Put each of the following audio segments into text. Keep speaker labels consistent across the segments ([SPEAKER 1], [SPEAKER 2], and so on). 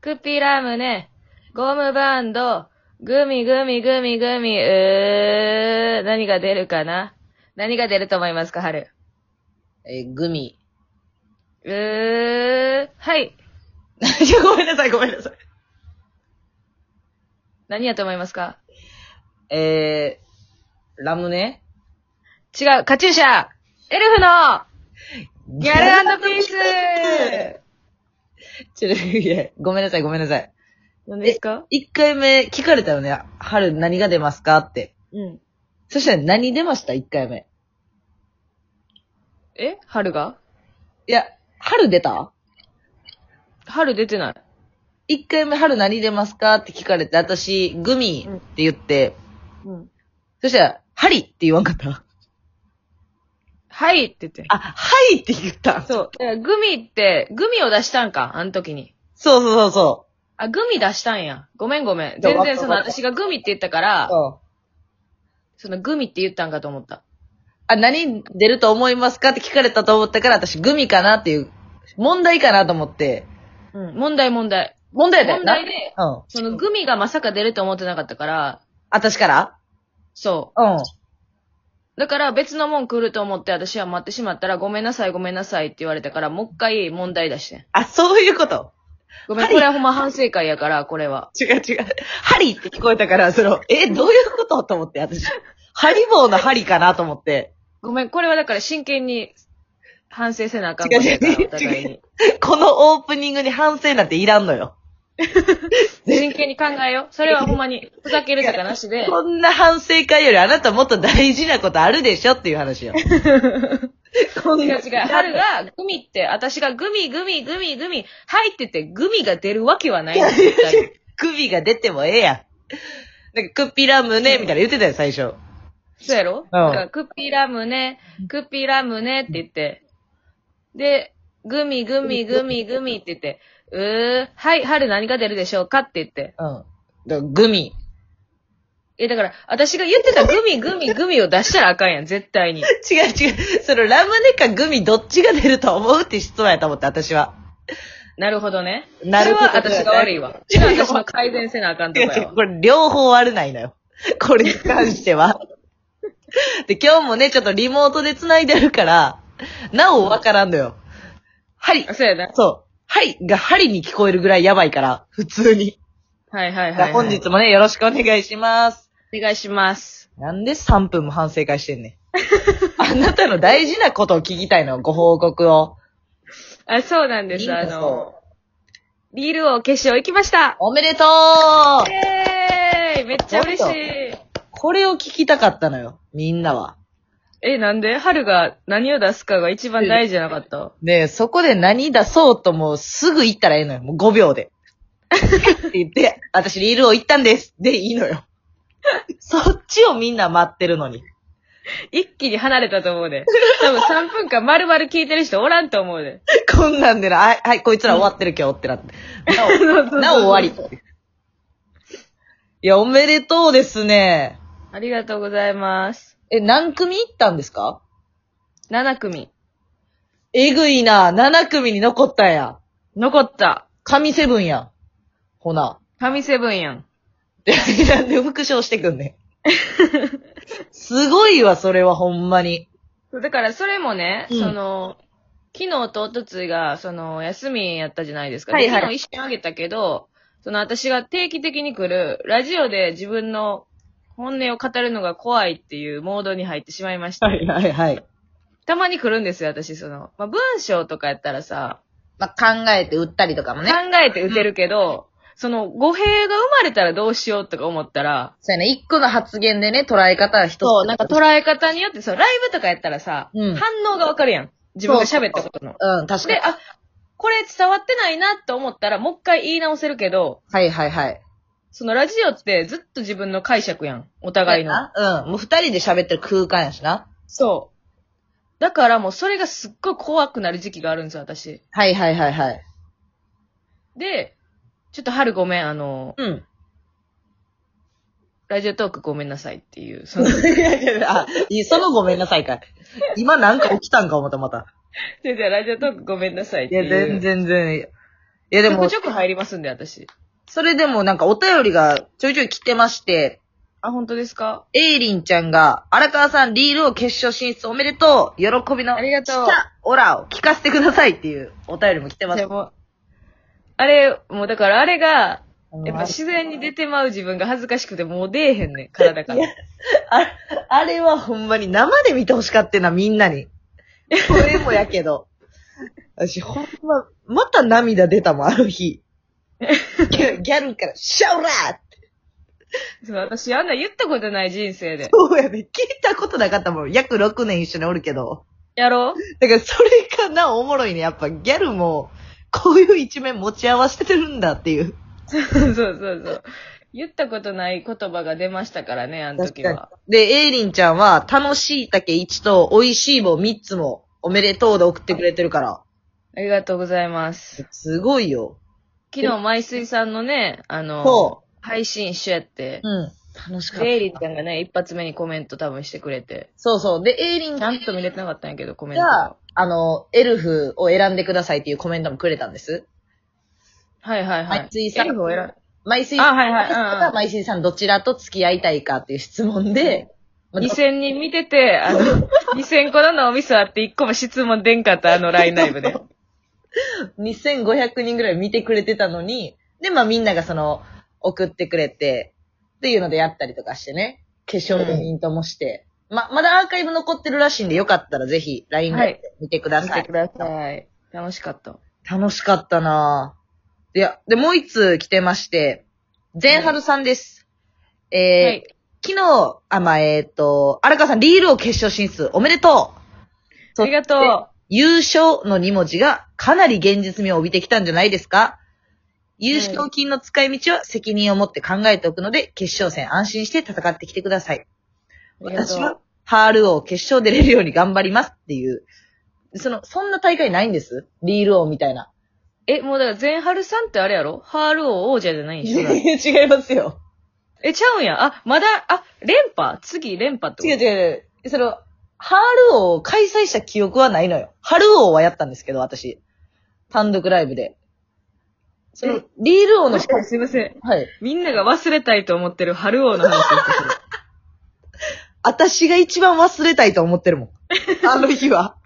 [SPEAKER 1] クピラムネ、ゴムバンド、グミグミグミグミ、うー、何が出るかな何が出ると思いますか、春。
[SPEAKER 2] えーグミ。
[SPEAKER 1] うー、はい。
[SPEAKER 2] いやごめんなさい、ごめんなさい。
[SPEAKER 1] 何やと思いますか
[SPEAKER 2] えー、ラムネ
[SPEAKER 1] 違う、カチューシャエルフのギャルピース
[SPEAKER 2] ちょっと、いや、 ごめんなさい、ごめんなさい。
[SPEAKER 1] 何ですか
[SPEAKER 2] 一回目聞かれたよね。春何が出ますかって。
[SPEAKER 1] うん。
[SPEAKER 2] そしたら何出ました一回目。
[SPEAKER 1] え春が
[SPEAKER 2] いや、春出た
[SPEAKER 1] 春出てない。
[SPEAKER 2] 一回目春何出ますかって聞かれて、私、グミって言って、
[SPEAKER 1] うん。
[SPEAKER 2] そしたら、針って言わんかった。
[SPEAKER 1] はいって言って。
[SPEAKER 2] あ、はいって言った。
[SPEAKER 1] そう。だからグミって、グミを出したんかあの時に。
[SPEAKER 2] そうそうそうそ
[SPEAKER 1] あ、グミ出したんや。ごめんごめん。
[SPEAKER 2] そう
[SPEAKER 1] 全然その
[SPEAKER 2] わかった
[SPEAKER 1] 私がグミって言ったか
[SPEAKER 2] う。
[SPEAKER 1] ら、
[SPEAKER 2] そう
[SPEAKER 1] そのグミって言ったんかと思った。
[SPEAKER 2] あ、何出ると思いますかって聞かれたと思ったから、私、グミかなっていう、問題かなと思って。
[SPEAKER 1] うん。問題問題。
[SPEAKER 2] 問題だよ
[SPEAKER 1] 問
[SPEAKER 2] な。
[SPEAKER 1] 題で、
[SPEAKER 2] うん。
[SPEAKER 1] そのグミがまさか出ると思ってなかったから、
[SPEAKER 2] 私から
[SPEAKER 1] そ
[SPEAKER 2] うん。
[SPEAKER 1] う。だから別のもん来ると思って私は待ってしまったら、ごめんなさいごめんなさいって言われたから、もう一回問題出してん。
[SPEAKER 2] あ、そういうこと。
[SPEAKER 1] ごめん、
[SPEAKER 2] はい
[SPEAKER 1] これはほんま反省会やから、これは。
[SPEAKER 2] 違う違う。ハリって聞こえたから、その、え、どういうことと思って、私。ハリボーのハリかなと思って。
[SPEAKER 1] ごめん、これはだから真剣に反省せなあかん
[SPEAKER 2] 違
[SPEAKER 1] こ
[SPEAKER 2] う
[SPEAKER 1] と
[SPEAKER 2] 違う
[SPEAKER 1] やから、お互いに。
[SPEAKER 2] このオープニングに反省なんていらんのよ。
[SPEAKER 1] 真剣に考えよう。それはほんまに、ふざけるとかなしで。
[SPEAKER 2] こんな反省会よりあなたもっと大事なことあるでしょっていう話よ。こん
[SPEAKER 1] 違う
[SPEAKER 2] な
[SPEAKER 1] 違う。春が、グミって、私がグミ、グミ、グミ、グミ、入ってて、グミが出るわけはないの絶対
[SPEAKER 2] 首が出てもええやん。なんか、クッピラムネみたいな言ってたよ、最初。
[SPEAKER 1] そうやろだから、クピラムネ、クピラムネって言って、で、グミ、グミ、グミ、グミって言って、うー、はい、春何が出るでしょうかって言って。
[SPEAKER 2] うん。だからグミ。
[SPEAKER 1] え、だから、私が言ってたグミ、グミ、グミを出したらあかんやん、絶対に。
[SPEAKER 2] 違う違う。そのラムネかグミどっちが出ると思うって質問やと思って、私は。
[SPEAKER 1] なるほどね。
[SPEAKER 2] なるほ
[SPEAKER 1] それ
[SPEAKER 2] ど
[SPEAKER 1] は私が悪いわ。それは私の改善せなあかんと
[SPEAKER 2] 違う
[SPEAKER 1] こ
[SPEAKER 2] 違
[SPEAKER 1] や
[SPEAKER 2] う。
[SPEAKER 1] わ。
[SPEAKER 2] これ両方悪ないのよ。 これに関しては。 で、今日もね、ちょっとリモートで繋いでるから、なおわからんのよ。針
[SPEAKER 1] あ。そうやな。
[SPEAKER 2] そう。針が針に聞こえるぐらいやばいから、普通に。
[SPEAKER 1] はいはいはい、はい。
[SPEAKER 2] 本日もね、よろしくお願いします。
[SPEAKER 1] お願いします。
[SPEAKER 2] なんで3分も反省会して んねん。あなたの大事なことを聞きたいの、ご報告を。
[SPEAKER 1] あ、そうなんで
[SPEAKER 2] いい
[SPEAKER 1] す。
[SPEAKER 2] んだ
[SPEAKER 1] あの、リール王決勝行きました
[SPEAKER 2] おめで
[SPEAKER 1] イ
[SPEAKER 2] とう
[SPEAKER 1] ェーイめっちゃ嬉し
[SPEAKER 2] ほん
[SPEAKER 1] い
[SPEAKER 2] これを聞きたかったのよ、みんなは。
[SPEAKER 1] え、なんで春が何を出すかが一番大事じゃなかった
[SPEAKER 2] で、そこで何出そうともうすぐ言ったらええのよ、もう5秒で。って言って、私リールを言ったんですでいいのよ。そっちをみんな待ってるのに。
[SPEAKER 1] 一気に離れたと思うで。多分3分間丸々聞いてる人おらんと思うで。
[SPEAKER 2] こんなんでな、あはい、こいつら終わってる今日ってなって。なお、なお終わり。いや、おめでとうですね。
[SPEAKER 1] ありがとうございます。
[SPEAKER 2] え、何組行ったんですか
[SPEAKER 1] 7組。
[SPEAKER 2] えぐいな。7組に残ったんや。
[SPEAKER 1] 残った。
[SPEAKER 2] 神セブンやん。ほな。
[SPEAKER 1] 神セブンやん。
[SPEAKER 2] でなんで復唱してくんねん。すごいわ、それはほんまに。
[SPEAKER 1] そうだからそれもね、
[SPEAKER 2] うん
[SPEAKER 1] その、昨日とおとついが、その、休みやったじゃないですか。
[SPEAKER 2] はいは
[SPEAKER 1] で
[SPEAKER 2] い
[SPEAKER 1] 昨日一瞬あげたけど、その私が定期的に来る、ラジオで自分の本音を語るのが怖いっていうモードに入ってしまいました。
[SPEAKER 2] はいはいはい。
[SPEAKER 1] たまに来るんですよ、私、その。まあ、文章とかやったらさ、
[SPEAKER 2] まあ、考えて売ったりとかも
[SPEAKER 1] 考。えて打てるけど、その、語弊が生まれたらどうしようとか思ったら、
[SPEAKER 2] そうやね。一個の発言でね、捉え方は一つ。
[SPEAKER 1] そう、なんか捉え方によって、そう、ライブとかやったらさ、
[SPEAKER 2] うん
[SPEAKER 1] 反応がわかるやん。自分が喋ったことの。
[SPEAKER 2] うん、確か
[SPEAKER 1] で、
[SPEAKER 2] に。
[SPEAKER 1] あ、これ伝わってないなと思ったら、もう一回言い直せるけど、
[SPEAKER 2] はいはいはい。
[SPEAKER 1] そのラジオってずっと自分の解釈やん。お互いの。
[SPEAKER 2] うん。もう二人で喋ってる空間やしな。
[SPEAKER 1] そう。だからもうそれがすっごい怖くなる時期があるんですよ、私。
[SPEAKER 2] はいはいはいはい。
[SPEAKER 1] で、ちょっと春ごめん、あの、
[SPEAKER 2] うん。
[SPEAKER 1] ラジオトークごめんなさいっていう、 その、
[SPEAKER 2] いやいやいやあ、いいそのごめんなさいかい。今なんか起きたんか思ったまた。
[SPEAKER 1] 先生ラジオトークごめんなさいっ
[SPEAKER 2] い
[SPEAKER 1] てい
[SPEAKER 2] や、
[SPEAKER 1] う。
[SPEAKER 2] 全然全然。いやで
[SPEAKER 1] ちょ
[SPEAKER 2] も
[SPEAKER 1] くち、ょく入りますんで、私。
[SPEAKER 2] それでもなんかお便りがちょいちょい来てまして、
[SPEAKER 1] あ、本当ですか
[SPEAKER 2] エイリンちゃんが、荒川さんリールを決勝進出おめでとう喜びの、
[SPEAKER 1] ありがとう
[SPEAKER 2] 来たオラを聞かせてくださいっていうお便りも来てます
[SPEAKER 1] で。も、あれ、もうだからあれが、やっぱ
[SPEAKER 2] あ
[SPEAKER 1] 自然に出てまう自分が恥ずかしくてもう出えへんねん、体か
[SPEAKER 2] いや
[SPEAKER 1] ら。
[SPEAKER 2] あれはほんまに生で見てほしかってな、みんなに。これもやけど。私ほんま、また涙出たもん、ある日。ギャギャルから、シャオラーって。
[SPEAKER 1] そう私あんな言ったことない人生で。
[SPEAKER 2] そうやね。聞いたことなかったもん。約6年一緒におるけど。
[SPEAKER 1] やろう
[SPEAKER 2] だからそれがな、おもろいね。やっぱギャルも、こういう一面持ち合わせてるんだっていう。
[SPEAKER 1] そうそうそう。言ったことない言葉が出ましたからね、あの時は。
[SPEAKER 2] で、エイリンちゃんは、楽しい竹1と、美味しい棒3つも、おめでとうで送ってくれてるから。
[SPEAKER 1] ありがとうございます。
[SPEAKER 2] すごいよ。
[SPEAKER 1] 昨日、舞水さんのね、あの、
[SPEAKER 2] そ
[SPEAKER 1] 配信一緒やって
[SPEAKER 2] う。、うん。楽しかった。
[SPEAKER 1] で、エイリンちゃんがね、一発目にコメント多分してくれて、
[SPEAKER 2] そうそう。で、エイリン
[SPEAKER 1] ち
[SPEAKER 2] ちゃ
[SPEAKER 1] ゃ
[SPEAKER 2] ん
[SPEAKER 1] んと見れてなかったんやけど、コメント
[SPEAKER 2] が
[SPEAKER 1] が。、
[SPEAKER 2] あの、エルフを選んでくださいっていうコメントもくれたんです。
[SPEAKER 1] はいはいはい。
[SPEAKER 2] 舞水さん
[SPEAKER 1] エルフを選ん
[SPEAKER 2] マイスイ
[SPEAKER 1] あ
[SPEAKER 2] さん
[SPEAKER 1] はいはいうんう
[SPEAKER 2] か
[SPEAKER 1] ん、
[SPEAKER 2] マイスイさんどちらと付き合いたいかっていう質問で、まあ
[SPEAKER 1] 2000人見てて、あの、2000個の 脳みそあって1個も質問出んかった、あのラインナイブで。
[SPEAKER 2] 2500人ぐらい見てくれてたのに、で、まあみんながその、送ってくれて、っていうのでやったりとかしてね、化粧の人ともして、ま、まだアーカイブ残ってるらしいんで、よかったらぜひ LINE
[SPEAKER 1] は
[SPEAKER 2] で
[SPEAKER 1] い
[SPEAKER 2] 見てください。
[SPEAKER 1] ださい。楽しかった。
[SPEAKER 2] 楽しかったなぁ。いや、で、もう一通来てまして、前春さんです。えー
[SPEAKER 1] はい。
[SPEAKER 2] 昨日、あ、まあ、えっ、と、荒川さん、リールを決勝進出、おめでとう
[SPEAKER 1] ありがとう。
[SPEAKER 2] 優勝の2文字がかなり現実味を帯びてきたんじゃないですか優勝金の使い道は責任を持って考えておくので、決勝戦安心して戦ってきてください。
[SPEAKER 1] ありがと
[SPEAKER 2] 私
[SPEAKER 1] う
[SPEAKER 2] は、ハール王決勝出れるように頑張りますっていう。その、そんな大会ないんですリール王みたいな。
[SPEAKER 1] え、もうだから、前春さんってあれやろハール王王者じゃないんしょ
[SPEAKER 2] 違いますよ。
[SPEAKER 1] え、ちゃうんや。あ、まだ、あ、連覇次連覇ってこと
[SPEAKER 2] 違う違う違う。その、ハール王を開催した記憶はないのよ。春王はやったんですけど、私。単独ライブで。その
[SPEAKER 1] え、
[SPEAKER 2] リール王の
[SPEAKER 1] もし、かしてすいません。
[SPEAKER 2] はい。
[SPEAKER 1] みんなが忘れたいと思ってる春王の話ですけど
[SPEAKER 2] 私が一番忘れたいと思ってるも ん。あの日は。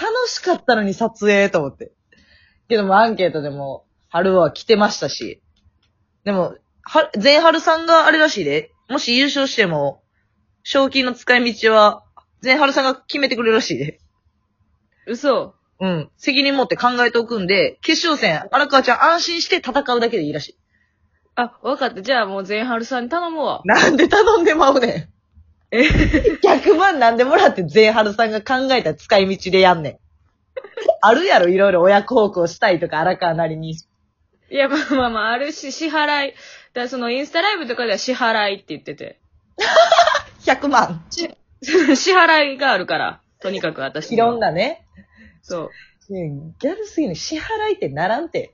[SPEAKER 2] 楽しかったのに撮影と思って。けどもアンケートでも、春は来てましたし。でも、は、前春さんがあれらしいで、もし優勝しても、賞金の使い道は、前春さんが決めてくれるらしいで。
[SPEAKER 1] 嘘。
[SPEAKER 2] うん。責任持って考えておくんで、決勝戦、荒川ちゃん安心して戦うだけでいいらしい。
[SPEAKER 1] あ、わかった。じゃあもう前春さんに頼むわ。
[SPEAKER 2] なんで頼んでまうねん。
[SPEAKER 1] え
[SPEAKER 2] 100万なんでもらって前春さんが考えた使い道でやんねん。あるやろ、いろいろ親孝行したいとか、荒川なりに。
[SPEAKER 1] いや、まあまあまあ、あるし、支払い。だからそのインスタライブとかでは支払いって言ってて。
[SPEAKER 2] 100万。
[SPEAKER 1] 支払いがあるから。とにかく私
[SPEAKER 2] い
[SPEAKER 1] には
[SPEAKER 2] ろん。なね。
[SPEAKER 1] そう。
[SPEAKER 2] ねギャルすぎる支払いってならんて。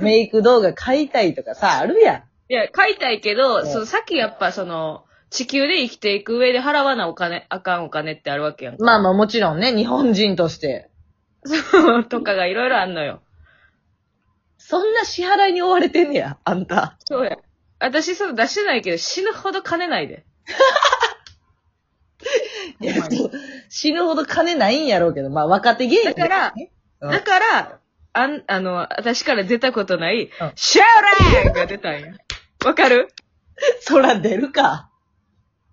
[SPEAKER 2] メイク動画買いたいとかさ、あるやん。
[SPEAKER 1] いや、買いたいけ
[SPEAKER 2] う
[SPEAKER 1] ど、
[SPEAKER 2] ん
[SPEAKER 1] そのさっきやっぱその、地球で生きていく上で払わなお金、あかんお金ってあるわけやんか。
[SPEAKER 2] まあまあもちろんね、日本人として。
[SPEAKER 1] そう、 とかがいろいろあんのよ。
[SPEAKER 2] そんな支払いに追われてんねや、あんた。
[SPEAKER 1] そうや。私、その出してないけど、死ぬほど金ないで。
[SPEAKER 2] いや死ぬほど金ないんやろうけど、まあ若手芸人。
[SPEAKER 1] だから
[SPEAKER 2] ね、うん
[SPEAKER 1] だから、あん、あの、私から出たことない
[SPEAKER 2] うん、
[SPEAKER 1] シャーラーが出たんや。わかる
[SPEAKER 2] そら出るか。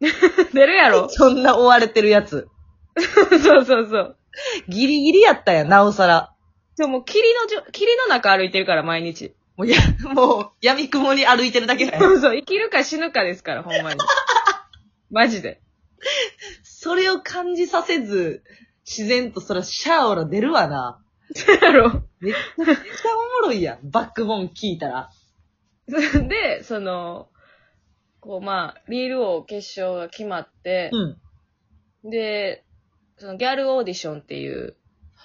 [SPEAKER 1] 出るやろ
[SPEAKER 2] そんな追われてるやつ。
[SPEAKER 1] そうそうそう。
[SPEAKER 2] ギリギリやったんや、なおさら。
[SPEAKER 1] そう、もう霧のじょ、霧の中歩いてるから、毎日。
[SPEAKER 2] もう、や、もう、闇雲に歩いてるだけだ
[SPEAKER 1] そ
[SPEAKER 2] よ。
[SPEAKER 1] うそう、生きるか死ぬかですから、ほん まに。マジで。
[SPEAKER 2] それを感じさせず、自然とそらシャオラ出るわな。
[SPEAKER 1] やろ。
[SPEAKER 2] めっちゃ、めっちゃおもろいやん。バックボーン聞いたら。
[SPEAKER 1] で、その、こう、まあ、リール王決勝が決まって、
[SPEAKER 2] うん。
[SPEAKER 1] で、そのギャルオーディションっていう、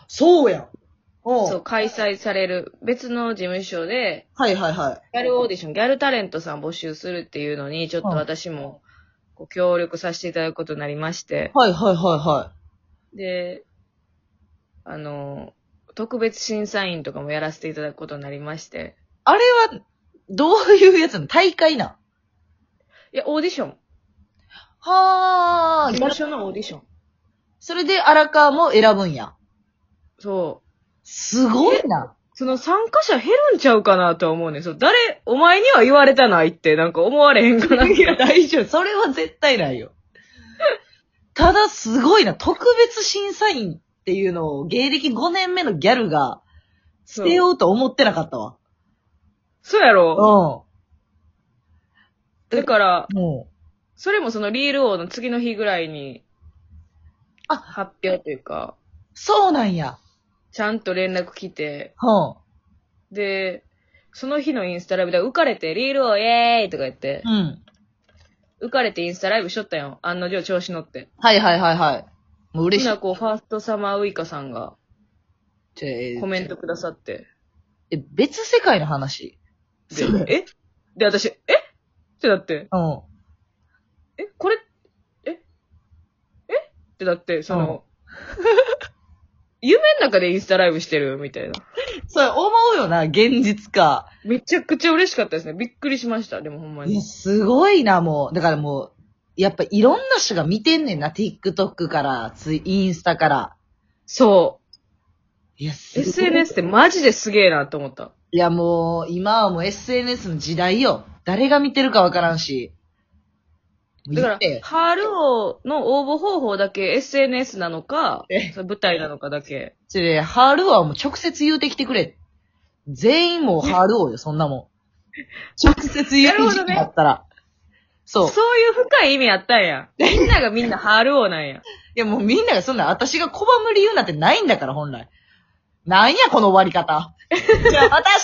[SPEAKER 2] そうやん。お
[SPEAKER 1] そう、開催される別の事務所で、
[SPEAKER 2] はいはいはい。
[SPEAKER 1] ギャルオーディション、ギャルタレントさん募集するっていうのに、ちょっと
[SPEAKER 2] うん
[SPEAKER 1] 私も、こう、協力させていただくことになりまして、
[SPEAKER 2] はいはいはいは
[SPEAKER 1] で、あの、特別審査員とかもやらせていただくことになりまして。
[SPEAKER 2] あれは、どういうやつなの大会なん
[SPEAKER 1] いや、オーディション。
[SPEAKER 2] は
[SPEAKER 1] 事
[SPEAKER 2] ー
[SPEAKER 1] 務。所のオーディション。
[SPEAKER 2] それで荒川も選ぶんや。
[SPEAKER 1] そう。
[SPEAKER 2] すごいな。
[SPEAKER 1] その参加者減るんちゃうかなとは思うねん。そう、誰、お前には言われたないって、なんか思われへんかな。
[SPEAKER 2] いや、大丈夫。それは絶対ないよ。ただ、すごいな。特別審査員っていうのを、芸歴5年目のギャルが、捨
[SPEAKER 1] そう
[SPEAKER 2] てようと思ってなかったわ。
[SPEAKER 1] そうやろ
[SPEAKER 2] う
[SPEAKER 1] だから、
[SPEAKER 2] ん。もう。
[SPEAKER 1] それもそのリール王の次の日ぐらいに、
[SPEAKER 2] あ
[SPEAKER 1] 発表というか、
[SPEAKER 2] そうなんや。
[SPEAKER 1] ちゃんと連絡来て、
[SPEAKER 2] うん。
[SPEAKER 1] で、その日のインスタライブで浮かれて、リール王イエーイとか言って、
[SPEAKER 2] うん。
[SPEAKER 1] 浮かれてインスタライブしとったよ。案の定調子乗って。
[SPEAKER 2] はいはいはいはい。もう
[SPEAKER 1] そ
[SPEAKER 2] 嬉
[SPEAKER 1] し
[SPEAKER 2] したい
[SPEAKER 1] らこう、ファーストサマーウイカさんが
[SPEAKER 2] ちょ。えー
[SPEAKER 1] コメントくださって。
[SPEAKER 2] え、別世界の話。
[SPEAKER 1] で
[SPEAKER 2] そう、
[SPEAKER 1] えで、私、えってなって、
[SPEAKER 2] うん。
[SPEAKER 1] えこれ、ええってなって、その、 夢の中でインスタライブしてるみたいな。
[SPEAKER 2] そう、思うよな、現実か。
[SPEAKER 1] めちゃくちゃ嬉しかったですね。びっくりしました。でもほんま
[SPEAKER 2] いや、
[SPEAKER 1] に。
[SPEAKER 2] すごいな、もう。だからもう、やっぱいろんな人が見てんねんな、TikTok から、ツイインスタから。
[SPEAKER 1] そ
[SPEAKER 2] いや、す
[SPEAKER 1] う。
[SPEAKER 2] ごい
[SPEAKER 1] SNS ってマジですげえなと思った。
[SPEAKER 2] いや、もう、今はもう SNS の時代よ。誰が見てるかわからんし。
[SPEAKER 1] だか
[SPEAKER 2] 言って
[SPEAKER 1] ら、ハルオの応募方法だけ SNS なのか
[SPEAKER 2] え、
[SPEAKER 1] その舞台なのかだけ。
[SPEAKER 2] それ、ハルはもう直接言うてきてくれ。全員もうハルをよ、そんなもん。直接言うてきてもらったら。
[SPEAKER 1] そ
[SPEAKER 2] そうう。
[SPEAKER 1] いう深い意味あったんや。みんながみんなハルオなんや。
[SPEAKER 2] いや、もうみんながそん な、私が拒む理由なんてないんだから、本来。なんや、この終わり方。じゃあ、また明日